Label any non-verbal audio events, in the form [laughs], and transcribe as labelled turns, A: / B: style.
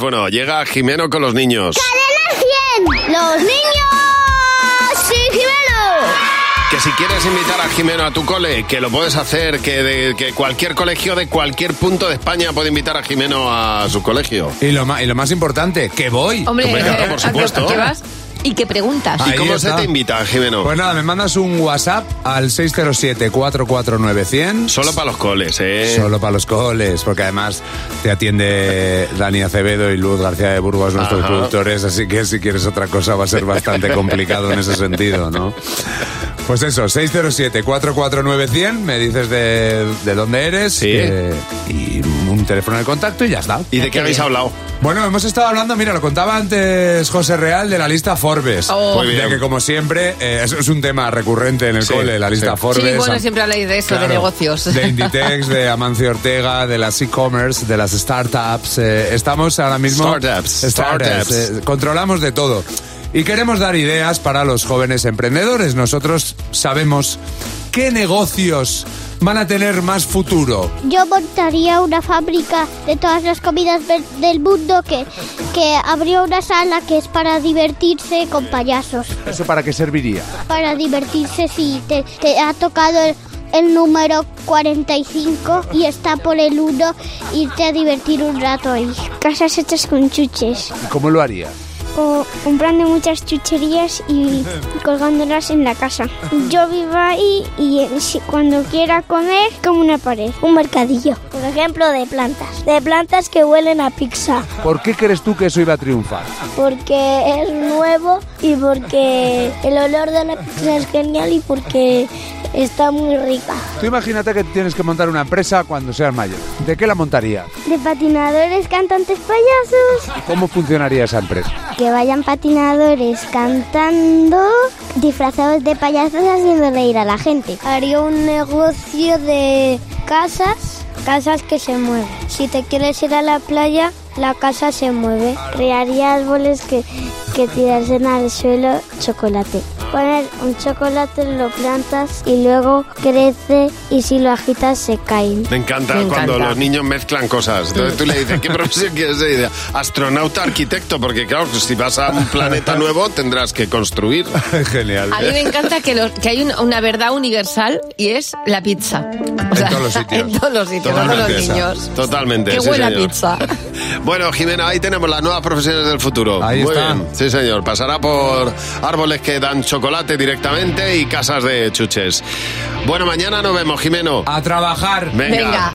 A: teléfono. Llega Jimeno con los niños.
B: ¡Los niños! ¡Sí,
A: Que si quieres invitar a Jimeno a tu cole, que lo puedes hacer, que, de- que cualquier colegio de cualquier punto de España puede invitar a Jimeno a su colegio.
C: Y lo, ma- y lo más importante, que voy.
D: Hombre,
A: Hombre,
D: [laughs]
A: claro, por
D: ¿a qué-
A: supuesto.
D: ¿a qué vas? ¿Y qué preguntas?
A: ¿Y
C: Ahí
A: cómo se
C: está.
A: te invita, Jimeno?
C: Pues nada, me mandas un WhatsApp al 607-449-100.
A: Solo para los coles, ¿eh?
C: Solo para los coles, porque además te atiende Dani Acevedo y Luz García de Burgos, nuestros
A: Ajá.
C: productores, así que si quieres otra cosa va a ser bastante complicado en ese sentido, ¿no? Pues eso, 607-449-100, me dices de, de dónde eres
A: Sí.
C: eh, y un teléfono de contacto y ya está.
A: ¿Y de qué habéis hablado?
C: Bueno, hemos estado hablando, mira, lo contaba antes José Real de la lista Forbes.
D: Oh.
A: Muy bien.
C: De que como siempre, eh, eso es un tema recurrente en el
A: Sí,
C: cole, la lista
A: sí.
C: Forbes.
D: Sí, bueno,
C: Am-
D: siempre habláis de eso, de
C: Claro,
D: negocios.
C: De Inditex, de Amancio Ortega, de las e-commerce, de las startups. eh, estamos ahora mismo...
A: Startups, startups.
C: eh, controlamos de todo. Y queremos dar ideas para los jóvenes emprendedores. Nosotros sabemos qué negocios van a tener más futuro.
B: Yo montaría una fábrica de todas las comidas ver- del mundo que, que abrió una sala que es para divertirse con payasos.
C: ¿Eso para qué serviría?
B: Para divertirse si te, te ha tocado el, el número 45 y está por el 1, irte a divertir un rato ahí. Casas hechas con chuches.
C: ¿Cómo lo harías?
B: o comprando muchas chucherías y colgándolas en la casa. Yo vivo ahí y eh, si- cuando quiera comer, como una pared. Un mercadillo. Por ejemplo, de plantas. De plantas que huelen a pizza.
C: ¿Por qué crees tú que eso iba a triunfar?
B: Porque es nuevo y porque el olor de la pizza es genial y porque está muy rica.
C: Tú imagínate que tienes que montar una empresa cuando seas mayor. ¿De qué la montaría?
B: De patinadores, cantantes, payasos.
C: ¿Cómo funcionaría esa empresa?
B: Que vayan patinadores cantando, disfrazados de payasos haciendo reír a la gente. Haría un negocio de casas, casas que se mueven. Si te quieres ir a la playa, la casa se mueve. Crearía árboles que, que tirasen al suelo chocolate. Poner un chocolate en lo plantas y luego crece y si lo agitas se caen.
A: Me encanta
D: Me
A: cuando
D: encanta.
A: los niños mezclan cosas. Entonces tú le dices, ¿qué profesión quieres ser? Y dice, Astronauta, arquitecto, porque claro, si vas a un planeta nuevo tendrás que construir.
C: Genial.
D: [laughs] A mí me encanta que, los- que hay un- una verdad universal y es la pizza. O sea,
C: todos los sitios.
D: [laughs] En todos los sitios, para todos los niños.
A: Totalmente.
D: Qué
A: sí,
D: buena
A: señor.
D: pizza.
A: Bueno, Jimena, ahí tenemos las nuevas profesiones del futuro.
C: Ahí
A: Muy
C: están.
A: bien. Sí, señor. Pasará por árboles que dan chocolate directamente y casas de chuches. Bueno, mañana nos vemos, Jimeno.
C: A trabajar.
D: Venga.